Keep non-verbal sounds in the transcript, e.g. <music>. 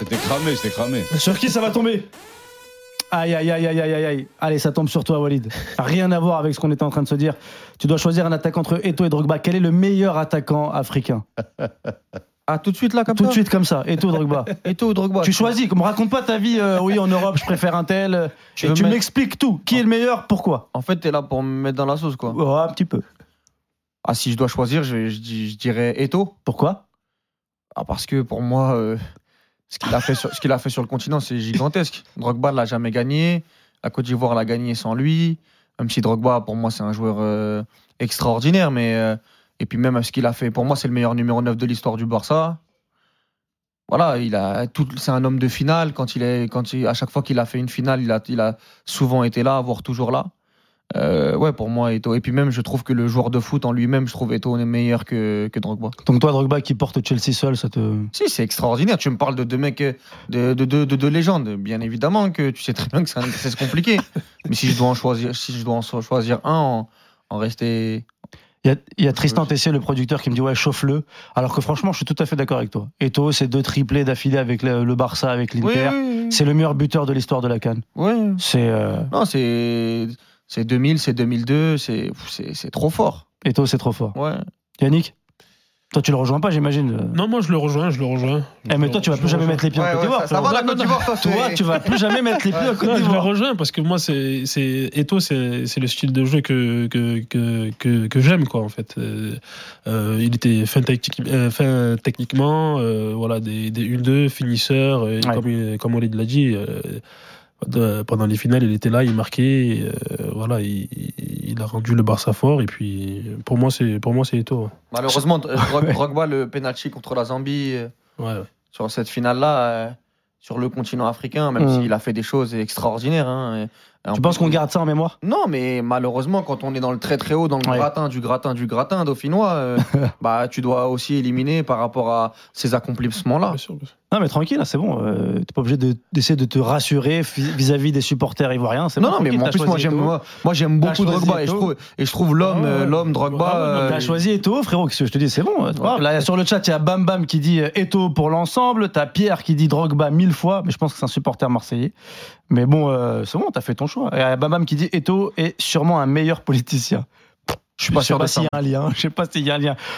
J'étais cramé, j'étais cramé. Sur qui ça va tomber Aïe, aïe, aïe, aïe, aïe, aïe, aïe. Allez, ça tombe sur toi, Walid. Rien à voir avec ce qu'on était en train de se dire. Tu dois choisir un attaquant entre Eto et Drogba. Quel est le meilleur attaquant africain Ah, tout de suite là, comme Tout de ça suite comme ça, Eto ou <laughs> Drogba. Et tout, Drogba. Tu choisis, me raconte pas ta vie, euh, oui, en Europe, je préfère un tel. euh, Tu et veux tu mettre- m'expliques tout. Qui est le meilleur, pourquoi En fait, t'es là pour me mettre dans la sauce, quoi. Oh, Un petit peu. Ah, si je dois choisir, je, je dis- je dirais Eto. Pourquoi Ah, parce que pour moi, euh, ce qu'il a, fait sur- ce qu'il a fait sur le continent, c'est gigantesque. Drogba l'a jamais gagné. La Côte d'Ivoire l'a gagné sans lui. Même si Drogba, pour moi, c'est un joueur euh, extraordinaire. Mais, euh, et puis même ce qu'il a fait, pour moi, c'est le meilleur numéro 9 de l'histoire du Barça. Voilà, il a tout, c'est un homme de finale. Quand il est, quand il- à chaque fois qu'il a fait une finale, il a, il a souvent été là, voire toujours là. Euh, ouais, pour moi, Eto. Et puis même, je trouve que le joueur de foot en lui-même, je trouve Eto meilleur que, que Drogba. Donc, toi, Drogba qui porte Chelsea seul, ça te. Si, c'est extraordinaire. Tu me parles de deux mecs, euh, de deux de, de, de légendes. Bien évidemment que tu sais très bien que c'est un exercice compliqué. <laughs> Mais si je dois en choisir, si je dois en so- choisir un, en, en rester. Il y a, il y a Tristan Tessier, le producteur, qui me dit Ouais, chauffe-le. Alors que franchement, je suis tout à fait d'accord avec toi. Eto, c'est deux triplés d'affilée avec le, le Barça, avec l'Inter. Oui, oui, oui. C'est le meilleur buteur de l'histoire de la Cannes. Ouais. C'est euh, Non, c'est c'est 2000, c'est 2002, c'est pff, c'est c'est trop fort. Eto, c'est trop fort. Ouais. Yannick, toi tu le rejoins pas, j'imagine. Non, moi je le rejoins, je le rejoins. Eh, mais toi tu vas plus jamais mettre les pieds en Côte d'Ivoire. frérot. la Côte d'Ivoire, toi. Toi tu vas plus jamais mettre les pieds en Côte Non, je le d'Ivoire. rejoins parce que moi, c'est c'est- Eto, c'est c'est le style de jeu que, que, que, que, que j'aime, quoi, en fait. Euh, euh, il était fin, tactique- euh, fin techniquement, euh, voilà, des, des 1-2, finisseur, Ouais. et comme, il- comme Walid l'a dit. euh, de- pendant les finales, il était là, il marquait, et, euh, voilà, il, il- il a rendu le Barça fort. Et puis, pour moi, c'est pour moi, c'est Eto. hein. <laughs> Malheureusement, euh, Drog- Drogba, le penalty contre la Zambie. euh, Ouais, ouais. sur cette finale-là, euh, sur le continent africain, même Mm. s'il a fait des choses extraordinaires. hein, et- et en Tu penses plus- qu'on garde ça en mémoire Non, mais malheureusement, quand on est dans le très très haut, dans le Ouais. gratin du gratin du gratin <laughs> dauphinois, euh, bah tu dois aussi éliminer par rapport à ces accomplissements-là. Bien sûr, bien sûr. Non mais tranquille, hein, c'est bon. euh, T'es pas obligé de- d'essayer de, te rassurer fi- vis-à-vis des supporters ivoiriens. c'est Non, bon, non, mais tranquille, moi, en t'as plus moi choisi j'aime Eto'o. moi, moi, j'aime T'as beaucoup choisi Drogba et je Eto'o. trouve et je trouve l'homme Ah ouais. euh, l'homme Drogba. Ah ouais, non, euh, T'as choisi Eto, frérot, qu'est-ce que je te dis C'est bon, c'est pas grave. Là, sur le chat, il y a Bam Bam qui dit euh, Eto pour l'ensemble, t'as Pierre qui dit Drogba mille fois, mais je pense que c'est un supporter marseillais. Mais bon, euh, c'est bon, t'as fait ton choix. Et euh, Bam Bam qui dit Eto est sûrement un meilleur politicien. je suis pas Je sais sûr de pas ça. s'il y a un lien, <laughs> je sais pas s'il y a un lien.